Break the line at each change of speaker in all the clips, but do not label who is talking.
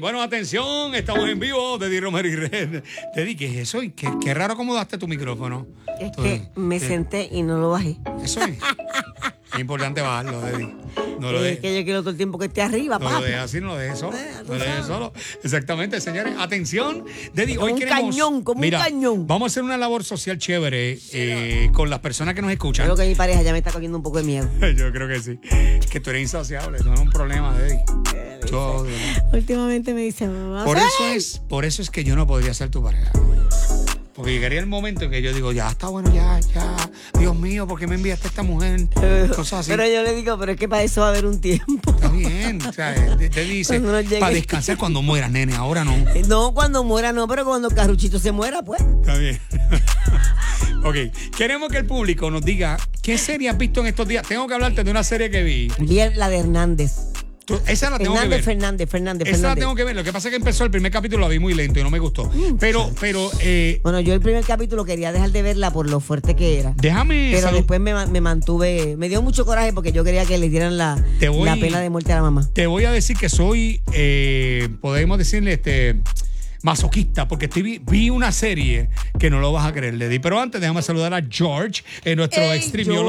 Bueno, atención, estamos en vivo, Teddy Romero y Red. Teddy, ¿qué es eso? ¿Y qué, qué raro acomodaste tu micrófono.
Es
Tú-
que me
¿qué-
senté y no lo bajé.
Eso es. es importante bajarlo, Teddy. No lo
es
dejes.
que yo quiero todo el tiempo que esté arriba,
No lo
papi.
dejes así, no lo dejes solo.
Eh, tú
No lo dejes
sabes.
solo. Exactamente, señores. Atención, Teddy,
Como
hoy
un
queremos.
cañón, como un
Mira,
cañón.
Vamos a hacer una labor social chévere eh, con las personas que nos escuchan.
Creo que mi pareja ya me está cogiendo un poco de miedo.
Yo creo que sí. Que tú eres insaciable, no es un problema, Teddy. Yo-
Últimamente me dice, mamá.
Por eso es, por eso es que yo no podría ser tu pareja. Porque llegaría el momento en que yo digo, ya está bueno, ya, ya. Dios mío, ¿por qué me enviaste a esta mujer? Cosas así.
Pero yo le digo, pero es que para eso va a haber un tiempo.
Está bien. O sea, eh, te- te dice,
Cuando no llegue.
para descansar cuando mueras, nene, ahora no.
No, cuando muera, no, pero cuando Carruchito se muera, pues.
Está bien. ok. Queremos que el público nos diga qué serie has visto en estos días. Tengo que hablarte de una serie que vi.
Bien, la de Hernández.
Tú- esa la tengo que
Hernández,
ver.
Fernández, Fernández,
Esa la
Fernández.
tengo que ver. Lo que pasa es que empezó el primer capítulo, la vi muy lento y no me gustó.
Mm.
Pero, pero, eh,
Bueno, yo el primer capítulo quería dejar de verla por lo fuerte que era.
déjame.
Pero
salu-
después me, ma- me mantuve, me dio mucho coraje porque yo quería que le dieran la,
Te voy- Eh.
la pena de muerte a la mamá.
Te voy a decir que soy, eh, podemos decirle, este masoquista, porque estoy, vi- vi una serie que no lo vas a creer, Lady. Pero antes, déjame saludar a George, eh, nuestro
Hey,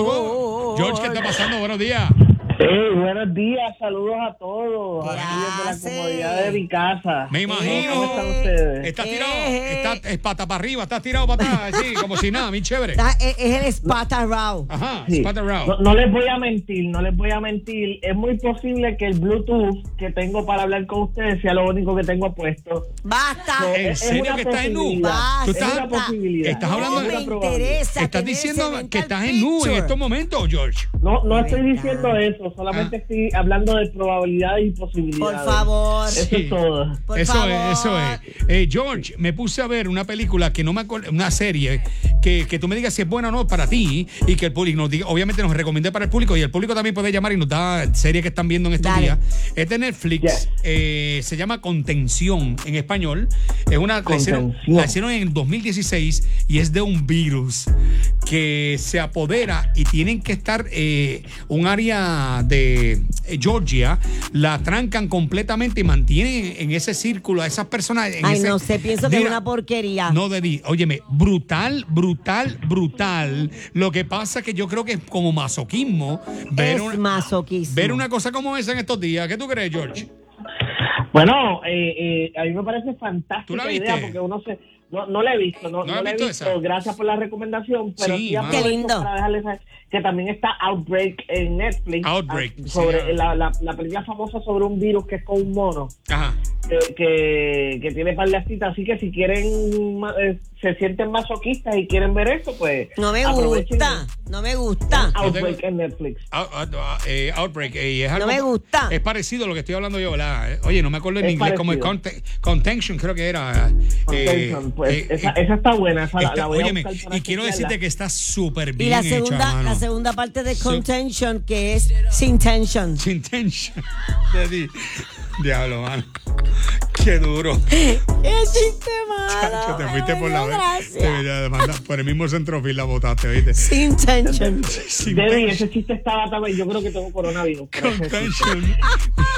extremiólogo. George,
George.
¿qué está pasando? Buenos días.
Hey, buenos días, saludos a todos.
¿Qué
Aquí desde
hace?
la comodidad de mi casa.
Me
¿Cómo
imagino.
están ustedes?
Estás
Eh,
tirado,
eh.
estás es pata para arriba, estás tirado para atrás, así, como si nada, mi chévere.
Está- es, es el Spata Rao.
Ajá,
Sí.
spot around.
No, no les voy a mentir, no les voy a mentir. Es muy posible que el Bluetooth que tengo para hablar con ustedes sea lo único que tengo puesto.
Basta.
No,
¿En
es- es
serio
una
que estás en nu?
posibilidad,
Basta.
Tú estás-
es una posibilidad.
eh, estás hablando de-
no Ah, me
Es una probabilidad.
interesa.
Estás
tener ese
diciendo que
mental
estás en nu en
picture.
estos momentos, George.
No, no estoy
Verdad.
diciendo eso, solamente
Ah.
estoy hablando de probabilidades y
Por
posibilidades.
favor.
Eso
Sí.
es todo.
Por
eso
favor.
es, eso es. Eh, George, me puse a ver una película que no me acuerdo, una serie que, que tú me digas si es buena o no para ti y que el público nos diga, obviamente nos recomiende para el público y el público también puede llamar y nos da series que están viendo en estos
Dale.
días. Es de Netflix,
Yes.
eh, se llama Contención en español. Es una la hicieron,
Contención.
la hicieron en el 2016 y es de un virus que se apodera y tienen que estar eh, un área de eh, Georgia, la trancan completamente y mantienen en ese círculo a esas personas. En
Ay,
ese-
no sé, pienso que es
Mira,
una porquería.
No, Debbie, óyeme, brutal, brutal, brutal. Lo que pasa es que yo creo que es como masoquismo ver,
es
una,
masoquismo.
ver una cosa como esa en estos días. ¿Qué tú crees, George?
Bueno, eh, eh, a mí me parece fantástica
la
idea
viste?
porque uno se... No, no la he visto, no,
¿No
no,
has
la he
visto
visto.
esa?
Gracias por la recomendación, pero
Sí,
sí
mano.
aprovecho
Qué lindo.
para dejarles saber que también está Outbreak en Netflix.
Outbreak,
ah, sobre
sí,
la, la, la película famosa sobre un virus que es con un mono
Ajá.
que, que, que tiene par de citas. Así que si quieren, ma- eh, se sienten masoquistas y quieren ver eso, pues
No me
aprovechen
gusta. No me gusta.
Outbreak en Netflix.
Out- out- out- eh, outbreak. eh, es
No
algo-
me gusta.
Es parecido a lo que estoy hablando yo, ¿verdad? Eh, Oye, no me acuerdo en
Es
inglés como
parecido.
conte- contention, creo que era. eh,
Contention, pues,
eh,
esa,
eh,
esa está buena, esa la-
está-
la voy a
óyeme,
buscar para
y quiero
chequearla.
decirte que está súper
Y
bien
la
hecha,
segunda,
mano.
la segunda parte de Contention, que es Sin Tension.
Sin tension. Te di- Diablo, mano. Qué duro.
¡Qué chiste malo!
Chacho, te
me
fuiste por la
dio gracia.
te voy a mandar por el mismo centrofil la botaste, ¿oíste?
Sin Tension.
Sin
Debbie, ese chiste estaba también. Yo creo que tengo coronavirus. por ese chiste.
contention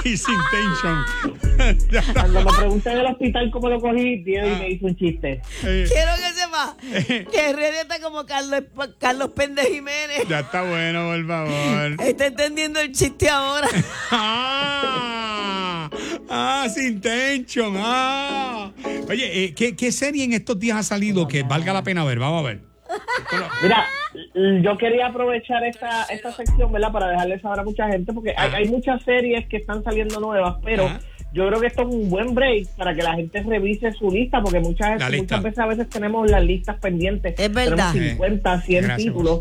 y sin tension. Ya está.
Cuando me pregunté en el hospital cómo lo cogí, Debbie
Ah.
me hizo un chiste.
Eh,
Quiero que sepa que Red está como Carlos, Carlos Péndez Jiménez.
Ya está bueno, por favor.
Está entendiendo el chiste ahora.
Ah, ah, sin tension. Ah. Oye, eh, ¿qué, qué serie en estos días ha salido que valga la pena ver? Vamos a ver.
Mira, l- yo quería aprovechar esta, esta sección, ¿verdad? Para dejarles saber a mucha gente, porque hay,
Ah.
hay muchas series que están saliendo nuevas, pero
Ah.
yo creo que esto es un buen break para que la gente revise su lista, porque muchas,
La lista.
muchas veces a veces tenemos las listas pendientes.
Es verdad.
Tenemos 50, 100
Gracias,
títulos.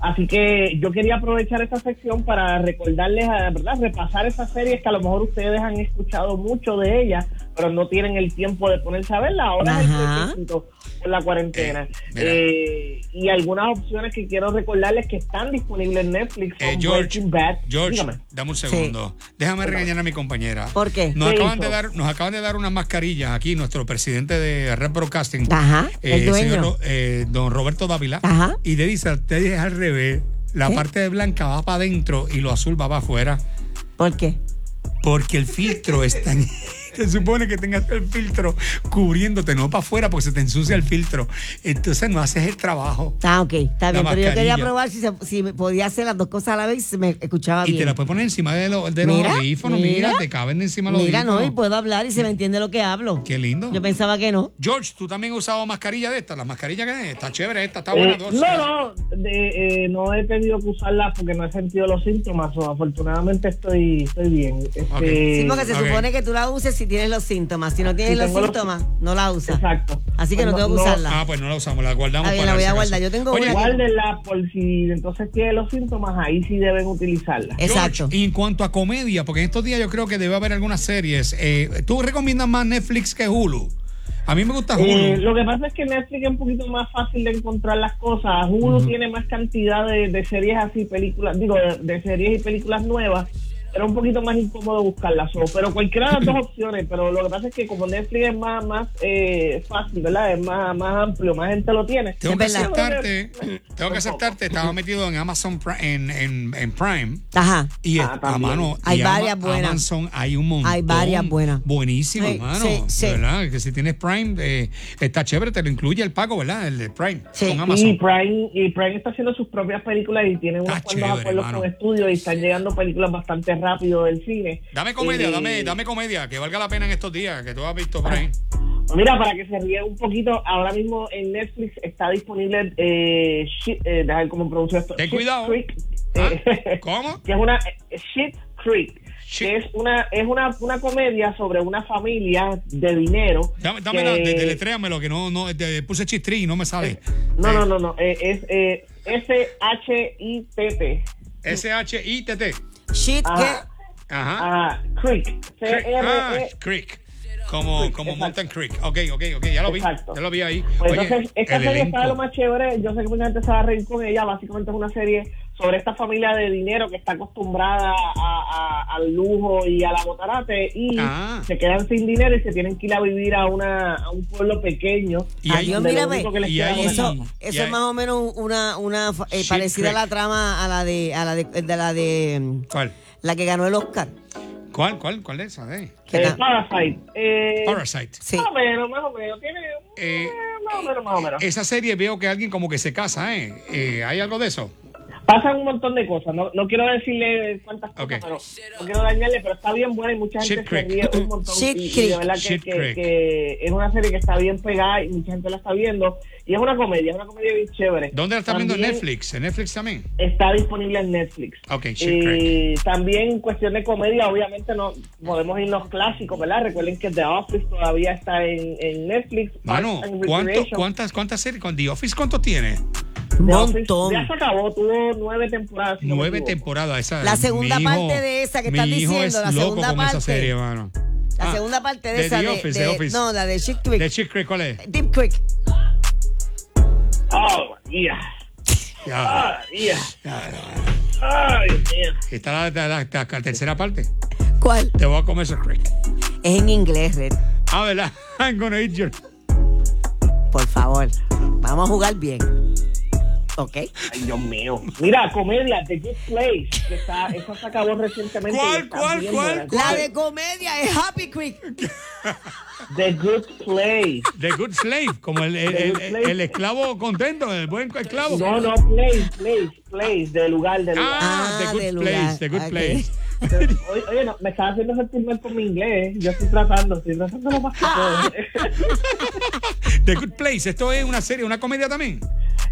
Así que yo quería aprovechar esta sección para recordarles, a- ¿verdad? Repasar esas series que a lo mejor ustedes han escuchado mucho de ellas, pero no tienen el tiempo de ponerse a verla. Ahora es el
Ajá.
tiempecito por la cuarentena.
Eh, mira.
Eh, y algunas opciones que quiero recordarles que están disponibles en Netflix. son
Oh,
Eh, George,
Breaking Bad.
George,
Dígame.
dame un segundo. Déjame regañar a mi compañera.
¿Por qué?
Nos
¿Qué
acaban,
hizo?
de dar, nos acaban de dar unas mascarillas aquí, nuestro presidente de Red Broadcasting.
Ajá, el dueño.
Ro- eh, don Roberto Dávila.
Ajá.
Y le dice, ustedes al revés, la
¿Qué?
parte de blanca va para adentro y lo azul va para afuera.
¿Por qué?
Porque el filtro está en, Se supone que tengas el filtro cubriéndote, no para afuera porque se te ensucia el filtro. Entonces no haces el trabajo.
Ah, ok, está
La
bien. Pero yo
mascarilla.
quería probar si, se- si me podía hacer las dos cosas a la vez y se me escuchaba
Y
bien.
te la puedes poner encima de, lo- de
Mira,
los audífonos. Mira,
mira.
te caben encima de los
Mira,
audífonos.
no, y puedo hablar y se me entiende lo que hablo.
Qué lindo.
Yo pensaba que no.
George, tú también has usado mascarilla de estas. Las mascarillas que está chévere esta, está buena.
Eh, no, no, de- eh, no he tenido que usarla porque no he sentido los síntomas. o afortunadamente estoy, estoy bien. Este,
Ok.
Sí, porque se
ok.
supone que tú la uses si tienes los síntomas. Si no tienes
Si
los
tengo los-
síntomas, no la usas.
Exacto.
Así que no tengo que usarla.
Ah, pues no la usamos, la guardamos
Está bien,
para
la voy a
ese
guardar.
caso.
Yo tengo
Oye,
una que-
Guárdenla por si entonces tiene los síntomas, ahí sí deben utilizarla.
Eh, Exacto.
George, y en cuanto a comedia, porque en estos días yo creo que debe haber algunas series. eh, ¿Tú recomiendas más Netflix que Hulu? A mí me gusta Hulu.
Eh, lo que pasa es que Netflix es un poquito más fácil de encontrar las cosas. Hulu tiene más cantidad de, de series así, películas, digo, de, de series y películas nuevas. Era un poquito más incómodo buscarlas, so, pero cualquiera de las dos opciones. Pero lo que pasa es que como Netflix es más, más eh, fácil, ¿verdad? Es más, más amplio, más gente lo tiene.
tengo
es
que
verdad.
aceptarte, tengo que aceptarte, estaba metido en Amazon Pri- en, en, en Prime.
Ajá.
Y
Ah,
a- a
también.
mano,
Hay
y
varias buenas.
Amazon, hay un montón.
Hay varias buenas.
Buenísimas,
Sí,
mano.
sí, sí.
¿Verdad? Que si tienes Prime, eh, está chévere, te lo incluye el pago, ¿verdad? El de Prime
Sí.
con
Y
Amazon.
Prime, y Prime está haciendo sus propias películas y tiene unos
Está
cuantos
chévere,
acuerdos
mano.
con estudios y están llegando películas bastante rápido del cine.
Dame comedia,
Eh,
dame, dame comedia, que valga la pena en estos días, que tú has
Ah.
visto por ahí.
Pues Mira, para que se ríe un poquito, ahora mismo en Netflix está disponible, eh, Shit- eh, déjame ver cómo pronuncio esto.
Ten
Shit
cuidado.
Creek,
¿Ah?
eh,
¿Cómo?
que es una eh, Shit Creek.
Shit.
Que es una, es una, una comedia sobre una familia de dinero.
Dame, dame
que-
la, de- deletréamelo, que no, no, te puse chistri y no me sale.
No,
Eh,
no, no, no. eh, es eh, S-H-I-T-T.
S-H-I-T-T.
Shit,
Ajá.
que.
Ajá.
Ajá, ah, Creek.
Ah.
E
Creek. Ah,
C-R-E.
Creek. Como,
eh, Creek,
como
exacto.
Mountain Creek. Ok, ok, ok, ya lo vi.
Exacto.
Ya lo vi ahí.
Pues
Oye,
entonces, esta
el
serie está de
elenco.
lo más chévere. Yo sé que mucha gente se va a reír con ella. Básicamente es una serie sobre esta familia de dinero que está acostumbrada a- a- al lujo y a la botarate y
Ah.
se quedan sin dinero y se tienen que ir a vivir a, una, a un pueblo pequeño.
Y
donde
ahí-
Adiós,
lo
mírame.
único que les
Y
queda
ahí-
es una
Eso,
cama.
Y
eso
hay-
es más o menos una, una fa- eh,
Shit
parecida a la
Creek.
trama a la de a la de, de la de mm,
¿Cuál?
la que ganó el Oscar.
¿Cuál, cuál, cuál es esa? eh?
Que
Eh,
ta-
Parasite. Eh,
Parasite.
sí.
Más o menos, más o menos. Tiene,
Eh,
eh, más o menos, más o menos.
Esa serie veo que alguien como que se casa, ¿eh? Eh, ¿Hay algo de eso?
Pasan un montón de cosas. No, no quiero decirle cuántas cosas,
Ok.
pero no quiero dañarle, pero está bien buena y mucha
Shit
gente
Creek.
se ríe un montón.
Shit
y, y
Creek.
de verdad que,
Shit
que-
Creek.
que es una serie que está bien pegada y mucha gente la está viendo. Y es una comedia, es una comedia bien chévere.
¿Dónde la están viendo? ¿En
También
Netflix? ¿En Netflix también?
Está disponible en Netflix.
Ok, Shit
Eh, también cuestión de comedia, obviamente no podemos irnos clásicos, ¿verdad? Recuerden que The Office todavía está en, en Netflix.
Mano,
Parks and
¿cuánto,
Recreation.
¿cuántas, ¿cuántas series? ¿Con The Office cuánto tiene?
Un
The Office
montón.
Ya se acabó, tuvo nueve temporadas. si no me
Nueve
equivoco.
temporadas. Esa,
La segunda
mi hijo-
parte de esa que
mi
estás
hijo
diciendo,
es
la
loco
segunda
con esa
parte.
serie, mano.
La
Ah,
segunda parte de,
de
esa
The
de,
Office,
de-
The Office.
no, la de Shit
¿De
Creek.
Chick Creek cuál es?
Deep Creek.
Oh, yeah.
Ya.
Ah, yeah. Ay, Dios mío.
Está la, la- la- la- la tercera parte.
¿Cuál?
Te voy a comer esos Creek.
Es en inglés, Red.
Ah, ¿verdad? I'm gonna eat your...
Por favor. Vamos a jugar bien. ¿Ok?
Ay, Dios mío. Mira, comedia, The Good Place. Que está, eso se acabó recientemente. y
¿Cuál,
está
cuál,
bien
cuál,
buena.
La de comedia es Happy Creek.
The Good Place.
The Good Slave, como el, el-
The Good
el-
Slave.
el esclavo contento, el buen esclavo.
No, no, place, place, place, de lugar, de lugar.
Ah,
Ah,
The
de
Good
lugar.
Place, The Good
Ok.
Place.
Oye, oye, no, me estaba haciendo sentir mal con mi inglés. Yo estoy tratando, estoy tratando lo más que puedo.
The Good Place, esto es una serie, una comedia también.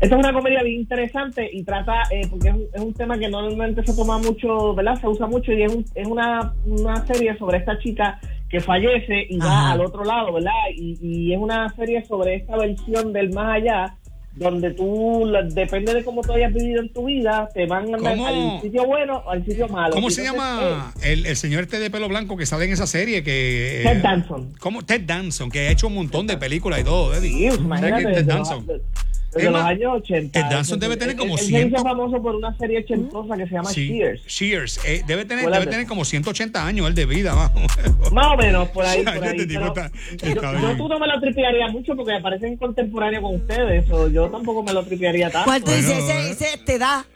Esta es una comedia bien interesante y trata, eh, porque es un, es un tema que normalmente se toma mucho, ¿verdad? Se usa mucho y es, un- es una, una serie sobre esta chica que fallece y
Ajá.
va al otro lado, ¿verdad? Y, y es una serie sobre esta versión del más allá, donde tú, la- depende de cómo tú hayas vivido en tu vida, te van a mandar
¿Cómo?
al sitio bueno o al sitio malo.
¿Cómo
Y
se
entonces,
llama el, el señor este de pelo blanco que sale en esa serie? Que,
eh,
eh,
Ted Danson.
¿Cómo? Ted Danson, que ha hecho un montón de películas y todo, Eddie.
eh, Sí,
O sea,
imagínate,
que
desde
Ted
los-
Danson.
desde
Es
los
más,
años 80.
Ted Danson debe tener
Él-
como
él- él se hizo
100.
famoso por una serie ochentosa que se llama
Sí,
Cheers.
Shears. Eh, debe, tener, debe
Acuérdate.
tener como 180 años él de vida, vamos.
Más o menos, por ahí.
Ya,
por
yo
ahí,
te digo,
pero
está-
yo,
está
yo
bien.
tú no me lo tripearía mucho porque me parecen contemporáneos con ustedes. O yo tampoco me lo tripearía tanto.
¿Cuál tú dices?
Bueno,
Ese, ese te da.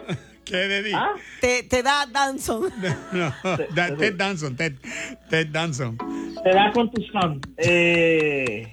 ¿Qué le di?
¿Ah?
Te, te da Danson.
No, da- Ted Danson, Ted, Ted Danson.
te da contusión. Eh,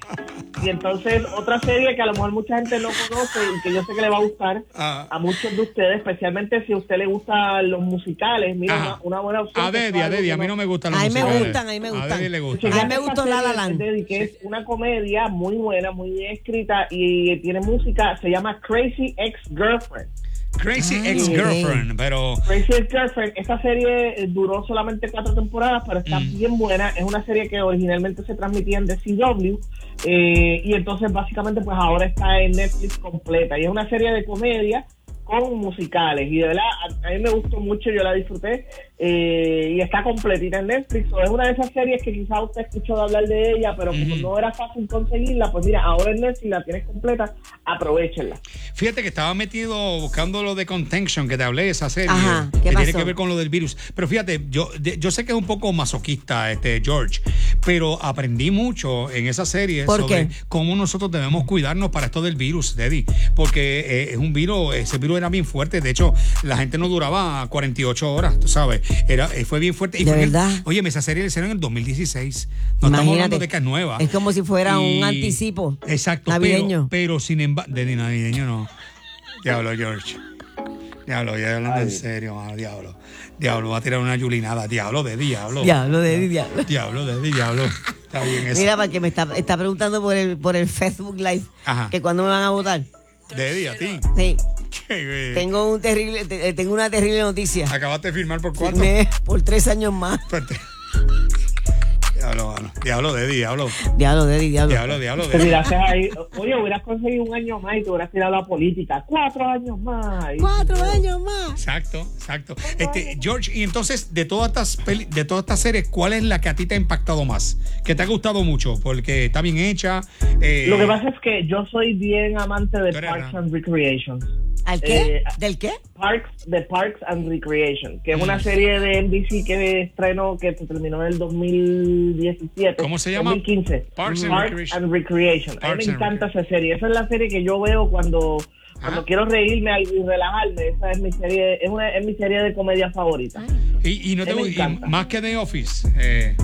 y entonces, otra serie que a lo mejor mucha gente no conoce y que yo sé que le va a gustar
Ah.
a muchos de ustedes, especialmente si a usted le gustan los musicales. Mira,
Ajá.
una, una buena opción.
A
que
Dedi,
sea
a
algo
Dedi,
que
a mí no me gustan los
A mí me
musicales.
gustan, a mí me
A Dedi
gustan.
le
Sí,
gusta.
A mí
ya
me
esta
gustó
serie
La La
de
Land.
Dedi, que es una comedia muy buena, muy bien escrita y tiene música, se llama Crazy Ex Girlfriend.
Crazy
Ah,
Ex Girlfriend, pero
Crazy Ex Girlfriend, esta serie eh, duró solamente cuatro temporadas, pero está bien buena. Es una serie que originalmente se transmitía en DCW eh, y entonces básicamente pues ahora está en Netflix completa. Y es una serie de comedia con musicales y de verdad a, a mí me gustó mucho, yo la disfruté eh, y está completita en Netflix. O es una de esas series que quizás usted escuchó hablar de ella, pero como
Ujú.
no era fácil conseguirla, pues mira, ahora en Netflix la tienes completa, aprovechenla.
fíjate que estaba metido buscando lo de Contention, que te hablé de esa serie,
Ajá, ¿qué
que tiene
pasó?
que ver con lo del virus. Pero fíjate, yo, de- yo sé que es un poco masoquista, este George, pero aprendí mucho en esa serie
¿Por
sobre
qué?
cómo nosotros debemos cuidarnos para esto del virus, Teddy, porque eh, es un virus, ese virus era bien fuerte, de hecho, la gente no duraba 48 horas, tú sabes, era, eh, fue bien fuerte.
¿De
fue en el-
verdad?
Oye, esa serie la hicieron en el 2016, no estamos hablando de que es nueva.
Es como si fuera
Y-
un anticipo.
Exacto, pero,
Navideño.
pero sin embargo, de navideño no. Diablo, George. Diablo, ya hablando en serio, mano, diablo. Diablo, va a tirar una yulinada. Diablo de diablo.
Diablo de diablo.
Diablo de diablo. Está bien eso.
Mira, porque me está, está preguntando por el, por el Facebook Live
Ajá.
que cuándo me van a votar.
Dedi, a ti.
Sí.
Qué bien.
Tengo un terrible, te- eh, tengo una terrible noticia.
Acabaste de firmar por cuánto.
Firmé por tres años más.
Espérate. Diablo, mano. Diablo de diablo.
Diablo, Dedi, diablo.
Diablo, diablo
Te
de
miraste ahí, oye, hubieras conseguido un año más y te hubieras tirado a la política. Cuatro años más. Y-
Cuatro años más.
Exacto, exacto. Este, George, y entonces, de todas estas peli- de todas estas series, ¿cuál es la que a ti te ha impactado más? Que te ha gustado mucho, porque está bien hecha. eh,
Lo que pasa es que yo soy bien amante de
Tú eres
Parks
raro.
and Recreations.
¿Al qué?
Eh,
¿Del qué?
Parks, de Parks and Recreation, que es una
Mm.
serie de NBC que estrenó, que se terminó en el 2017.
¿Cómo se llama?
2015.
Parks and Recreation.
and Recreation. A mí
Parks
me
and
encanta esa serie. Esa es la serie que yo veo cuando,
Ah.
cuando quiero reírme y relajarme. Esa es mi serie, es, una, es mi serie de comedia favorita.
Y, y no
A mí
te
me
gu- y
encanta.
más que The Office. eh,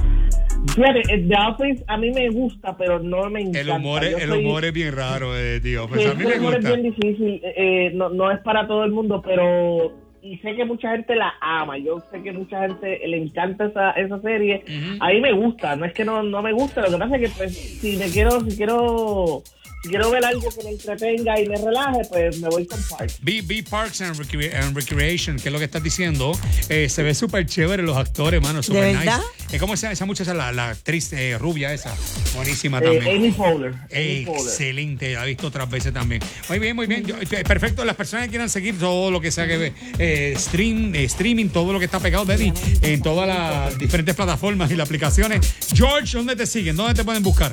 Fíjate, eh, The Office a mí me gusta, pero no me encanta.
el humor, es-
Yo
el
soy-
humor es bien raro de The Office.
sí,
a mí
el
me
humor
gusta.
es bien difícil, eh, eh, no, no es para todo el mundo, pero... Y sé que mucha gente la ama, yo sé que mucha gente le encanta esa, esa serie. A mí me gusta, no es que no, no me gusta, lo que pasa es que pues, si me quiero... Si quiero si quiero ver algo que me entretenga y me relaje, pues me voy con Parks.
Vi- vi Parks and, Recre- and Recreation, que es lo que estás diciendo. eh, se ve súper chévere los actores, mano. Super
verdad?
nice. Eh, ¿Cómo se llama esa muchacha? La, la actriz eh, rubia esa. Buenísima
Eh,
Ah, también.
Amy Poehler. Amy Poehler.
Excelente, la he visto otras veces también. Muy bien, muy bien. Yo- eh, perfecto, las personas que quieran seguir todo lo que sea que ve, eh, stream, eh, streaming, todo lo que está pegado, Daddy, en todas las diferentes plataformas y las aplicaciones. George, ¿dónde te siguen? ¿Dónde te pueden buscar?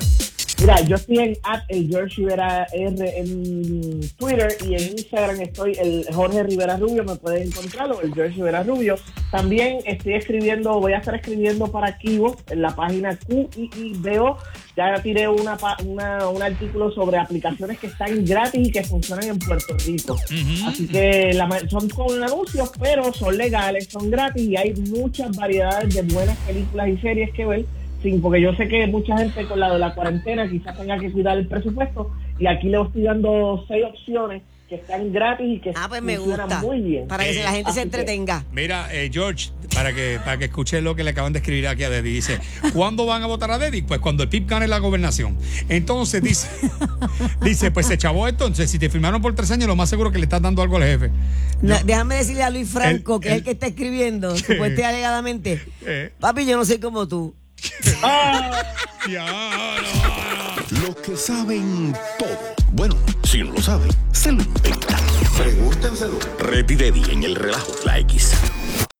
Mira, yo estoy en at el George Rivera R en Twitter y en Instagram estoy el Jorge Rivera Rubio, me pueden encontrar o el George Rivera Rubio. También estoy escribiendo, voy a estar escribiendo para Kibo en la página QIIBO. Ya tiré una, pa- una- un artículo sobre aplicaciones que están gratis y que funcionan en Puerto Rico. Así que la ma- son con anuncios, pero son legales, son gratis y hay muchas variedades de buenas películas y series que ver. Sí, porque yo sé que mucha gente con la de la cuarentena quizás tenga que cuidar el presupuesto y aquí le estoy dando seis opciones que están gratis y que
Ah, pues me
funcionan
gusta.
muy bien.
Para que la gente se
Así que-
entretenga.
Mira, eh, George, para que, para que escuches lo que le acaban de escribir aquí a Deddy, dice, ¿cuándo van a votar a Deddy? Pues cuando el PIB gane la gobernación. Entonces dice, dice, pues se chavó esto, entonces si te firmaron por tres años, lo más seguro es que le estás dando algo al jefe.
No, déjame decirle a Luis Franco,
El-
que es
el-
el que está escribiendo, supuestamente alegadamente.
Eh.
Papi, yo no soy como tú.
Diablo.
Los que saben todo. Bueno, si no lo saben, se lo inventan. Pregúntenselo. Reti de en el relajo, la X.